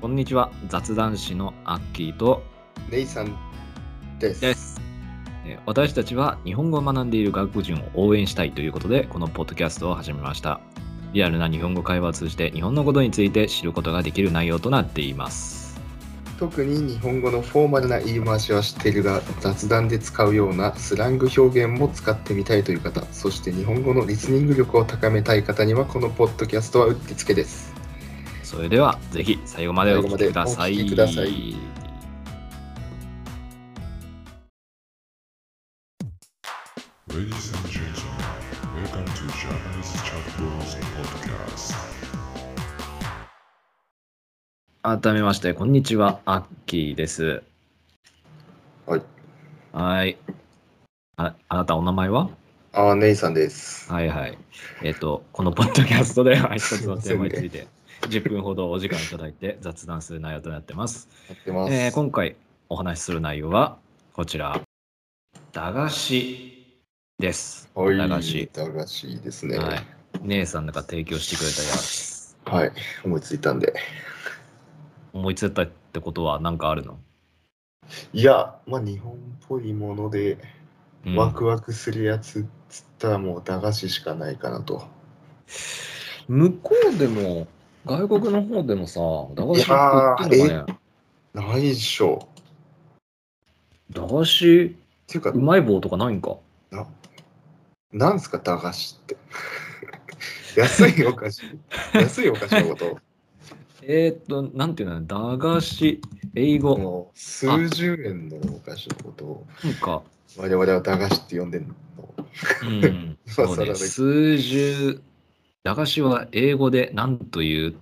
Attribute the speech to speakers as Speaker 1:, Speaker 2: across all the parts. Speaker 1: こんにちは雑談師のアッキーと
Speaker 2: レイさんです。
Speaker 1: すえー私たちは日本語を学んでいる外国人を応援したいということでこのポッドキャストを始めましたリアルな日本語会話を通じて日本のことについて知ることができる内容となっています
Speaker 2: 特に日本語のフォーマルな言い回しは知っているが、雑談で使うようなスラング表現も使ってみたいという方、そして日本語のリスニング力を高めたい方には、このポッドキャストはうってつけです。
Speaker 1: それではぜひ最後までお聞きください
Speaker 2: 最後までお聞きください
Speaker 3: Ladies and gentlemen, welcome to Japanese Chat Bros Podcast.
Speaker 1: 改めましてこんにちはアッキーです
Speaker 2: はい。
Speaker 1: はいああなたお名前は
Speaker 2: あー、ネイさんです。
Speaker 1: はいはい。えっ、と、このポッドキャストでは挨拶のテーマについて10分ほどお時間いただいて雑談する内容となってます。
Speaker 2: やってます。
Speaker 1: えー今回お話しする内容はこちら。駄菓子です。
Speaker 2: はい、
Speaker 1: 駄菓子。
Speaker 2: 駄菓子ですね。
Speaker 1: は
Speaker 2: はいい、。
Speaker 1: 姉さんが提供してくれたやつ。
Speaker 2: 思いついたんで。
Speaker 1: 思いついたってことは何かあるの、
Speaker 2: いや、まあ、日本っぽいもので、
Speaker 1: うん
Speaker 2: ワクワクするやつっつったら、もう駄菓子しかないかなと。
Speaker 1: 向こうでも、外国の方でもさ、駄菓子売って
Speaker 2: い
Speaker 1: る
Speaker 2: やー
Speaker 1: のかね
Speaker 2: ないでしょ。っ
Speaker 1: 駄菓子、
Speaker 2: ていうか
Speaker 1: う、まい棒とかないんか
Speaker 2: な、なんすか、駄菓子って。 安いお 菓子安いお菓子のこ
Speaker 1: えーっと、なんていうの駄菓子、英
Speaker 2: と。
Speaker 1: 語、
Speaker 2: もう数十円のお菓子のことを
Speaker 1: なんか、
Speaker 2: 我々は駄菓子って呼んでるの。
Speaker 1: うん、
Speaker 2: 今
Speaker 1: そう
Speaker 2: 更
Speaker 1: ね、
Speaker 2: だけど
Speaker 1: 数十、駄菓子は英語でなんという、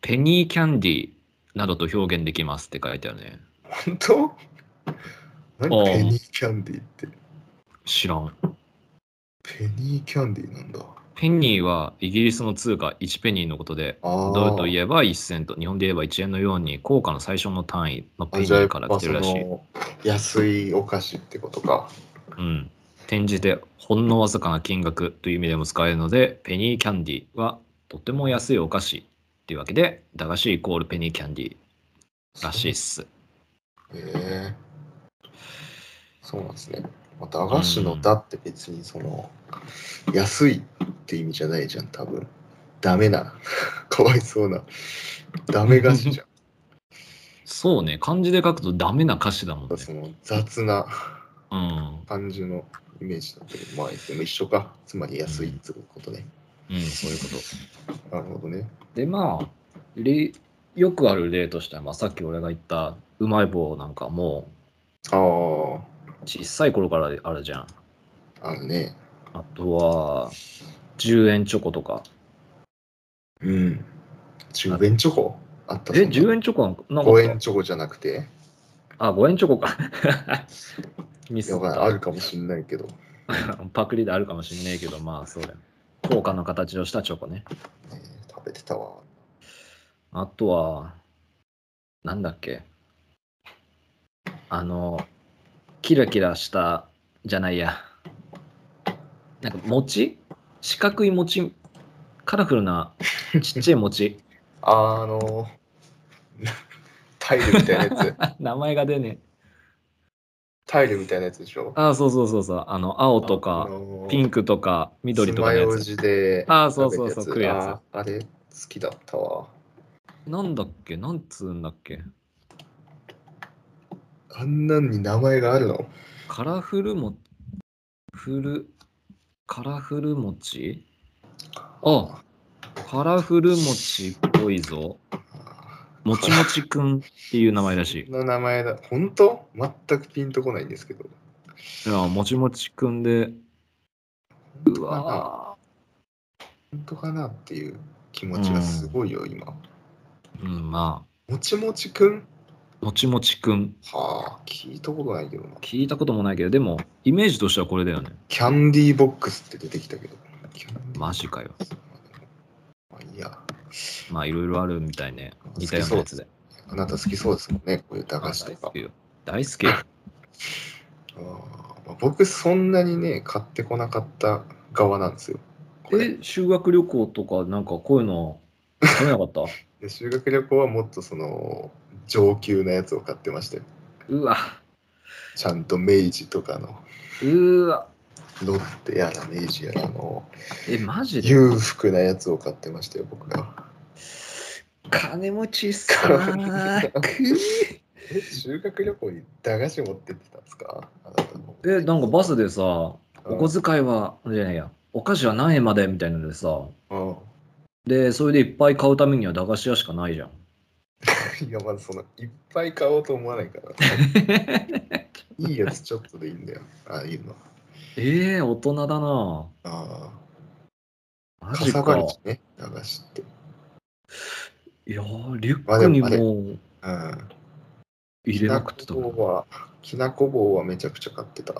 Speaker 1: ペニーキャンディーなどと表現できますって書いてあるね。
Speaker 2: 本当
Speaker 1: ああ
Speaker 2: 何ペニーキャンディーって。
Speaker 1: 知らん。
Speaker 2: ペニーキャンディーなんだ。
Speaker 1: ペニーはイギリスの通貨1ペニーのことで、
Speaker 2: ああ。
Speaker 1: ドルといえば1セント、日本で言えば1円のように、硬貨の最初の単位のペニーから来てるらしい。
Speaker 2: い。安いお菓子ってことか。
Speaker 1: うん。転じて、ほんのわずかな金額という意味でも使えるので、ペニーキャンディーはとても安いお菓子っていうわけで、駄菓子イコールペニーキャンディーらしいっす。
Speaker 2: へえそうなんですね。まあ、駄菓子の「だ」って別にその、安いって意味じゃないじゃん、多分。ダメな。 かわいそうな。ダメ菓子じゃん。
Speaker 1: そうね、漢字で書くとダメな歌詞だもんね。
Speaker 2: その雑な
Speaker 1: うん、
Speaker 2: 感じのイメージだけど、まあ、でも一緒か。つまり安いってことね。
Speaker 1: うん、そういうこと。
Speaker 2: なるほどね。
Speaker 1: で、まあ、例よくある例としては、まあ、さっき俺が言ったうまい棒なんかも、
Speaker 2: あ
Speaker 1: 小さい頃からあるじゃん。
Speaker 2: あ、あるね。
Speaker 1: あとは、10円チョコとか。
Speaker 2: うん。10円チョコあった
Speaker 1: え、10
Speaker 2: 円
Speaker 1: 円チョコなんかなかっ
Speaker 2: ?5
Speaker 1: た
Speaker 2: 円チョコじゃなくて、
Speaker 1: あ、5円チョコか。 ミ
Speaker 2: い
Speaker 1: ス
Speaker 2: や
Speaker 1: っ
Speaker 2: ま
Speaker 1: た
Speaker 2: ああるかもしんないけど。
Speaker 1: パクリであるかもしんないけど、まあそうだよ。効果の形をしたチョコね。
Speaker 2: えー食べてたわ。
Speaker 1: あとは、なんだっけ。あの、キラキラした、じゃないや。なんか餅四角い餅、カラフルなちっちゃい餅。
Speaker 2: あの、タイルみたいなやつ。
Speaker 1: あ 名前が出ねえ。
Speaker 2: タイルみたいなやつでしょ。
Speaker 1: あ、そうそうそうそう。あの、青とか、ピン
Speaker 2: ク、
Speaker 1: クとか、緑とかの
Speaker 2: 爪
Speaker 1: や
Speaker 2: 楊
Speaker 1: つ。
Speaker 2: 枝で
Speaker 1: あーそうそうそう
Speaker 2: 食べた
Speaker 1: 食うやつ
Speaker 2: あーあれ、好きだったわ。
Speaker 1: なんだっけなんつうんだっけ
Speaker 2: あんなんに名前があるの
Speaker 1: カラフルも、フル、カラフル餅あ、カラフル餅っぽいぞ。もちもちくんっていう名前らしい。
Speaker 2: の名前だ。本当全くピンとこないんですけど。
Speaker 1: いや、もちもちくんで、うわ
Speaker 2: 本当かなっていう気持ちがすごいよ、今。
Speaker 1: ぁ。うん、ま
Speaker 2: もちもちくん
Speaker 1: あ、もちもちくん。
Speaker 2: はあ、聞いたことないけどな。
Speaker 1: 聞いたこともないけど、でも、イメージとしてはこれだよね。
Speaker 2: キャンディーボックスって出てきたけど。キャンディーボックス
Speaker 1: マジかよ。
Speaker 2: まあいいや。
Speaker 1: まあ、いろいろあるみたいね。似たようなやつで。
Speaker 2: あなた好きそうですもんね、こういう駄
Speaker 1: あ
Speaker 2: 菓子と
Speaker 1: 大
Speaker 2: か
Speaker 1: 好。きよ。大好きよ。
Speaker 2: あーまあ僕、そんなにね、買ってこなかった側なんですよ。これ
Speaker 1: え、修学旅行とか、なんかこういうの、食べなかった
Speaker 2: で修学旅行はもっとその上級なやつを買ってましたよ
Speaker 1: うわ、
Speaker 2: ちゃんと明治とかの
Speaker 1: うーわ。
Speaker 2: ロッテやら明治やらの
Speaker 1: え、マジで
Speaker 2: 裕福なやつを買ってましたよ僕は
Speaker 1: 金持ちっすなー。くー
Speaker 2: え修学旅行に駄菓子持ってってたんですかあなたも
Speaker 1: え、なんかバスでさ、お小遣いは、じゃないや、お菓子は何円までみたいなのでさ、
Speaker 2: うん
Speaker 1: で、それでいっぱい買うためには駄菓子屋しかないじゃん。
Speaker 2: いやまずそのいっぱい買おうと思わないから いいやつちょっとでいいんだよああいうの
Speaker 1: ええ大人だな
Speaker 2: ああ
Speaker 1: マ
Speaker 2: か
Speaker 1: ジ
Speaker 2: さ
Speaker 1: か。
Speaker 2: ばるしね駄菓子って
Speaker 1: いやーリュッ
Speaker 2: まあ
Speaker 1: ク
Speaker 2: でも
Speaker 1: に
Speaker 2: あれ
Speaker 1: も
Speaker 2: うん
Speaker 1: 入れまくってた
Speaker 2: き
Speaker 1: もん
Speaker 2: なこ棒はきなこ棒はめちゃくちゃ買ってた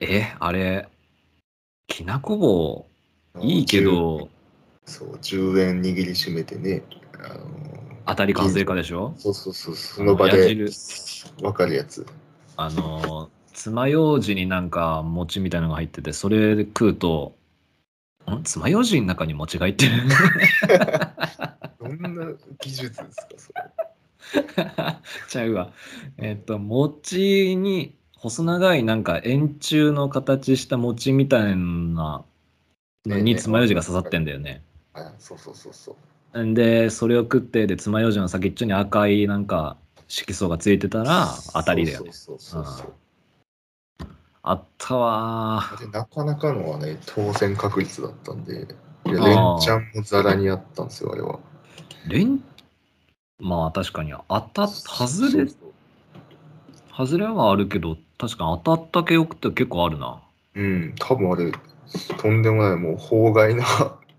Speaker 1: え、あれ、きなこ棒、
Speaker 2: うん
Speaker 1: いいけど、
Speaker 2: そう10円握りしめてねあの
Speaker 1: 当たり完成かでしょ
Speaker 2: そうそうそうその場で
Speaker 1: 矢印
Speaker 2: 分かるやつ
Speaker 1: あのー、爪楊枝になんか餅みたいなのが入ってて、それで食うと、ん爪楊枝の中に餅が入ってる。
Speaker 2: どんな技術ですかそれ
Speaker 1: ちゃうわ。えっと、餅に、細長いなんか円柱の形した餅みたいなのに爪楊枝が刺さってんだよね。
Speaker 2: あそうそうそうそうん
Speaker 1: で、それを食って、で、爪楊枝の先っちょに赤いなんか色素がついてたら当たりだよね。
Speaker 2: そうそうそうそう
Speaker 1: あったわ
Speaker 2: でなかなかのはね当選確率だったんでいやレン
Speaker 1: あー
Speaker 2: チャンもざらにあったんですよあれは
Speaker 1: ー。レンまあ確かに当たっ、外れ
Speaker 2: そう、そう
Speaker 1: 外れはあるけど、確かに当たった記憶って結構あるな。
Speaker 2: うん多分あれとんでもないもう法外な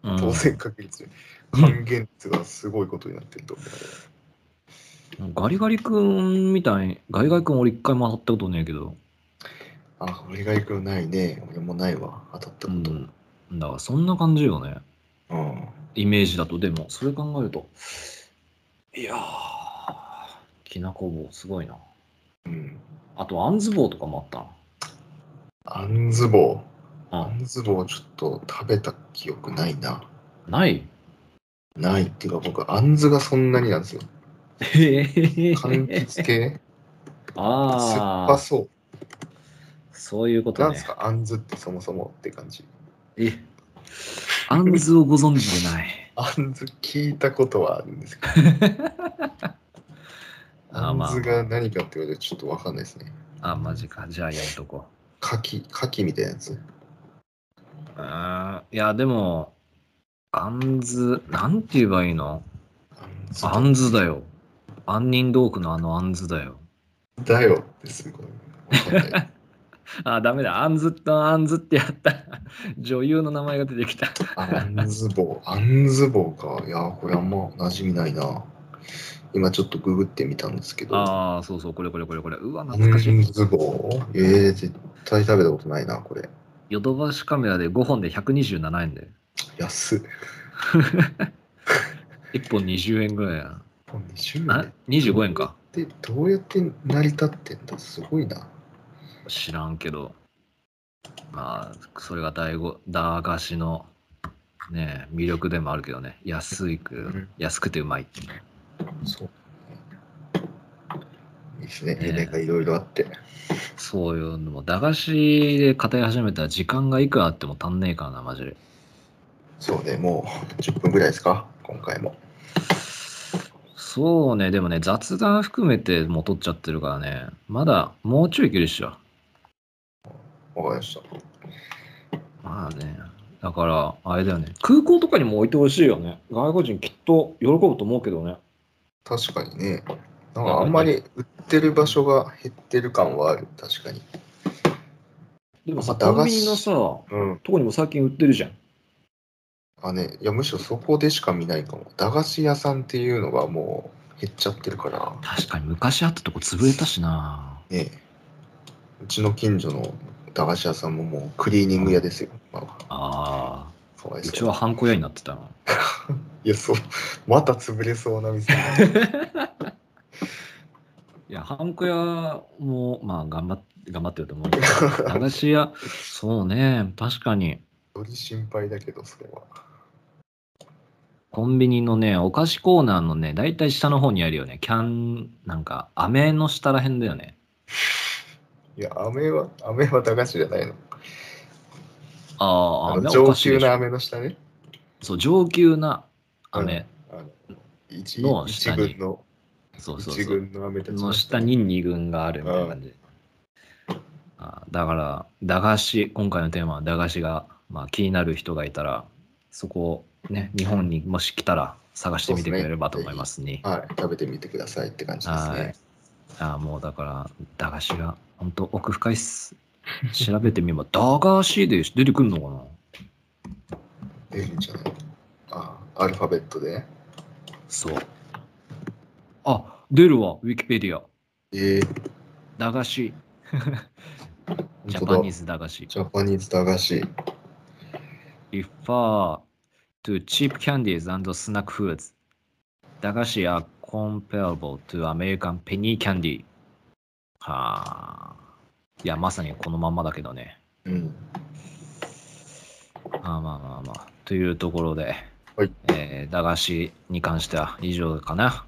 Speaker 1: うん、
Speaker 2: 当選確率、還元率がすごいことになってると思う、
Speaker 1: ガリガリ君みたいに、ガリガリ君俺一回も当たったことねえけど、
Speaker 2: あ俺が行くのないね俺もないわ当たった
Speaker 1: う
Speaker 2: こと、
Speaker 1: ん。だからそんな感じよね。
Speaker 2: うん
Speaker 1: イメージだと、でも、それ考えると、いやー、きなこ棒すごいな。
Speaker 2: うん
Speaker 1: あと、あんず棒とかもあっ
Speaker 2: あんず棒
Speaker 1: たな。
Speaker 2: あんず棒ちょっと食べた記憶ないな
Speaker 1: うん。 ない
Speaker 2: ないっていうか僕あんずがそんなにな んですよ
Speaker 1: へえ
Speaker 2: 柑橘系酸っ
Speaker 1: あ
Speaker 2: ぱ
Speaker 1: あ、
Speaker 2: そう
Speaker 1: そういうこと
Speaker 2: なんで
Speaker 1: ね
Speaker 2: す。か、あんずってそもそもって感じ。
Speaker 1: え、あんずをご存知でない。
Speaker 2: あんず聞いたことはあるんですけど。
Speaker 1: あ ー
Speaker 2: あ
Speaker 1: まあ
Speaker 2: んずが何かって言われてちょっとわかんないですね。
Speaker 1: あ、マジか。じゃあやるとこ。
Speaker 2: 牡蠣、牡蠣みたいなやつ。
Speaker 1: うーん。いや、でも、あんず、なんて言えばいいの
Speaker 2: あんず
Speaker 1: あんずだよ。杏仁豆腐のあのあんずだよ。
Speaker 2: だよってすごい。わか んない
Speaker 1: あ、ダメだ。あんずとあんずってやった。 女優の名前が出てきた。
Speaker 2: あんず棒、あんず棒か。いやー、これあんま馴染みないな。今ちょっとググってみたんですけど。あ
Speaker 1: ああ、そうそう、これこれこれこれ。うわ、懐かし
Speaker 2: ん
Speaker 1: い。
Speaker 2: ず棒えー、絶対食べたことないな、これ。
Speaker 1: ヨドバシカメラで5本で127円で。
Speaker 2: 安っ。
Speaker 1: 1本20円ぐらいや。
Speaker 2: もう20
Speaker 1: あ
Speaker 2: 円
Speaker 1: ?25 円か。
Speaker 2: でどうやって成り立ってんだすごいな。
Speaker 1: 知らんけど。まあ、それが第五駄菓子のねえ魅力でもあるけどね。安いく、
Speaker 2: ん
Speaker 1: 安くてうまいっていう。
Speaker 2: そう。いいですね。
Speaker 1: ねえ
Speaker 2: 夢がいろいろあって。
Speaker 1: そういうのも、駄菓子で語り始めたら時間がいくらあっても足んねえからな、マジで。
Speaker 2: そうね、もう10分ぐらいですか今回も。
Speaker 1: そうね、でもね、雑談含めてもう取っちゃってるからね、まだもうちょいいけるっしょ。
Speaker 2: わかりました。
Speaker 1: まあね、だから、あれだよね、空港とかにも置いてほしいよね。外国人きっと喜ぶと思うけどね。
Speaker 2: 確かにね。なんかあんまり売ってる場所が減ってる感はある。確かに。
Speaker 1: でもさ、
Speaker 2: まあ駄菓子
Speaker 1: コンビニのさ、と
Speaker 2: うん。
Speaker 1: こにも最近売ってるじゃん。
Speaker 2: あね、いやむしろそこでしか見ないかも。駄菓子屋さんっていうのがもう減っちゃってるから。
Speaker 1: 確かに昔あったとこ潰れたしな。
Speaker 2: ねうちの近所の駄菓子屋さんももうクリーニング屋ですよ。まあ、
Speaker 1: ああ、
Speaker 2: かわいうそう。
Speaker 1: ちはハンコ屋になってたな。
Speaker 2: いや、そう、また潰れそうな 店。
Speaker 1: いや、ハンコ屋も、まあ、頑張って、頑張ってると思うけど、駄菓子 屋、そうね、確かに。
Speaker 2: より心配だけど、それは。
Speaker 1: コンビニのね、お菓子コーナーのね、だいたい下の方にあるよね。キャン、なんか、飴の下らへんだよね。
Speaker 2: いや、飴は、飴は駄菓子じゃないの。
Speaker 1: ああ、
Speaker 2: あ
Speaker 1: 飴
Speaker 2: の
Speaker 1: お
Speaker 2: 上
Speaker 1: 菓子
Speaker 2: 級
Speaker 1: でし
Speaker 2: な
Speaker 1: ょ。
Speaker 2: 飴の下ね。
Speaker 1: そう、上級な飴。
Speaker 2: あの一
Speaker 1: の下
Speaker 2: 一
Speaker 1: に
Speaker 2: 軍の、
Speaker 1: そうそう
Speaker 2: 一
Speaker 1: そう。
Speaker 2: 軍の飴たち
Speaker 1: の下に2軍があるみたいな感じ。あだから、駄菓子、今回のテーマは駄菓子が、まあ、気になる人がいたら、そこをね、日本にもし来たら探してみてくれればと思いますね。
Speaker 2: はい、食べてみてくださいって感じです
Speaker 1: はい
Speaker 2: ね。。
Speaker 1: あーもうだから、駄菓子が本当奥深いっす。調べてみれば、 駄菓子で出てくるのかな
Speaker 2: 出るんじゃないあ、アルファベットで。
Speaker 1: そう。あ、出るわ、ウィキペディア。
Speaker 2: えー、
Speaker 1: 駄菓子。ジャ
Speaker 2: 本当
Speaker 1: パ
Speaker 2: だ
Speaker 1: ニーズ駄菓子。
Speaker 2: ジャパニーズ駄菓子。
Speaker 1: refer to cheap candies and snack foods. 駄菓子 are comparable to American penny candy. はあ。いや、まさにこのまんまだけどね。
Speaker 2: うん。
Speaker 1: まあまあまあまあ。というところで、
Speaker 2: はい
Speaker 1: えー駄菓子に関しては以上かな。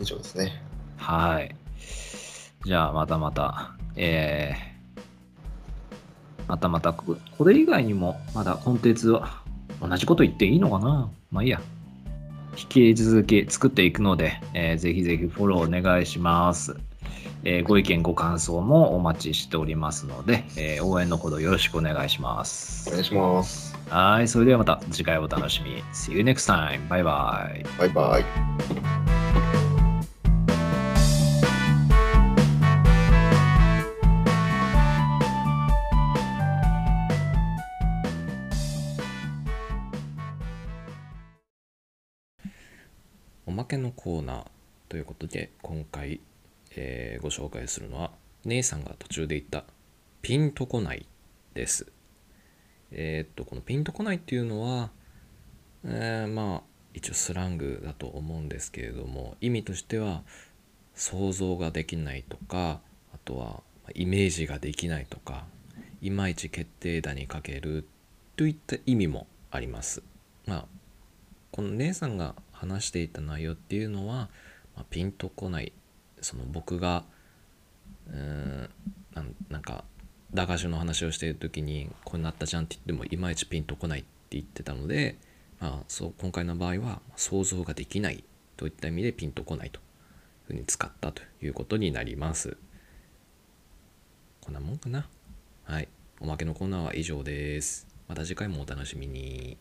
Speaker 2: 以上ですね。
Speaker 1: はい。じゃあ、またまた、えーまたまたこ、これ以外にも、まだコンテンツは、同じこと言っていいのかなまあいいや。引き続き作っていくので、えーぜひぜひフォローお願いします。えーご意見、ご感想もお待ちしておりますので、えー応援のほどよろしくお願いします
Speaker 2: お。願いします。
Speaker 1: はい、それではまた次回お楽しみに。See you next time. バイバイ。
Speaker 2: バイバイ。
Speaker 4: おまけのコーナーということで今回、えーご紹介するのは姉さんが途中で言ったピンとこないです。えーっとこのピンとこないっていうのは、えーまあ一応スラングだと思うんですけれども意味としては想像ができないとかあとはまあイメージができないとかいまいち決定打にかけるといった意味もあります。まあこの姉さんが話していた内容っていうのは、まあ、ピンとこないその僕がうーんなんなんか駄菓子の話をしている時に「こうなったじゃん」って言ってもいまいちピンとこないって言ってたので、まあ、そう今回の場合は想像ができないといった意味でピンとこないというふうに使ったということになります。こんなもんかな。はい。おまけのコーナーは以上です。また次回もお楽しみに。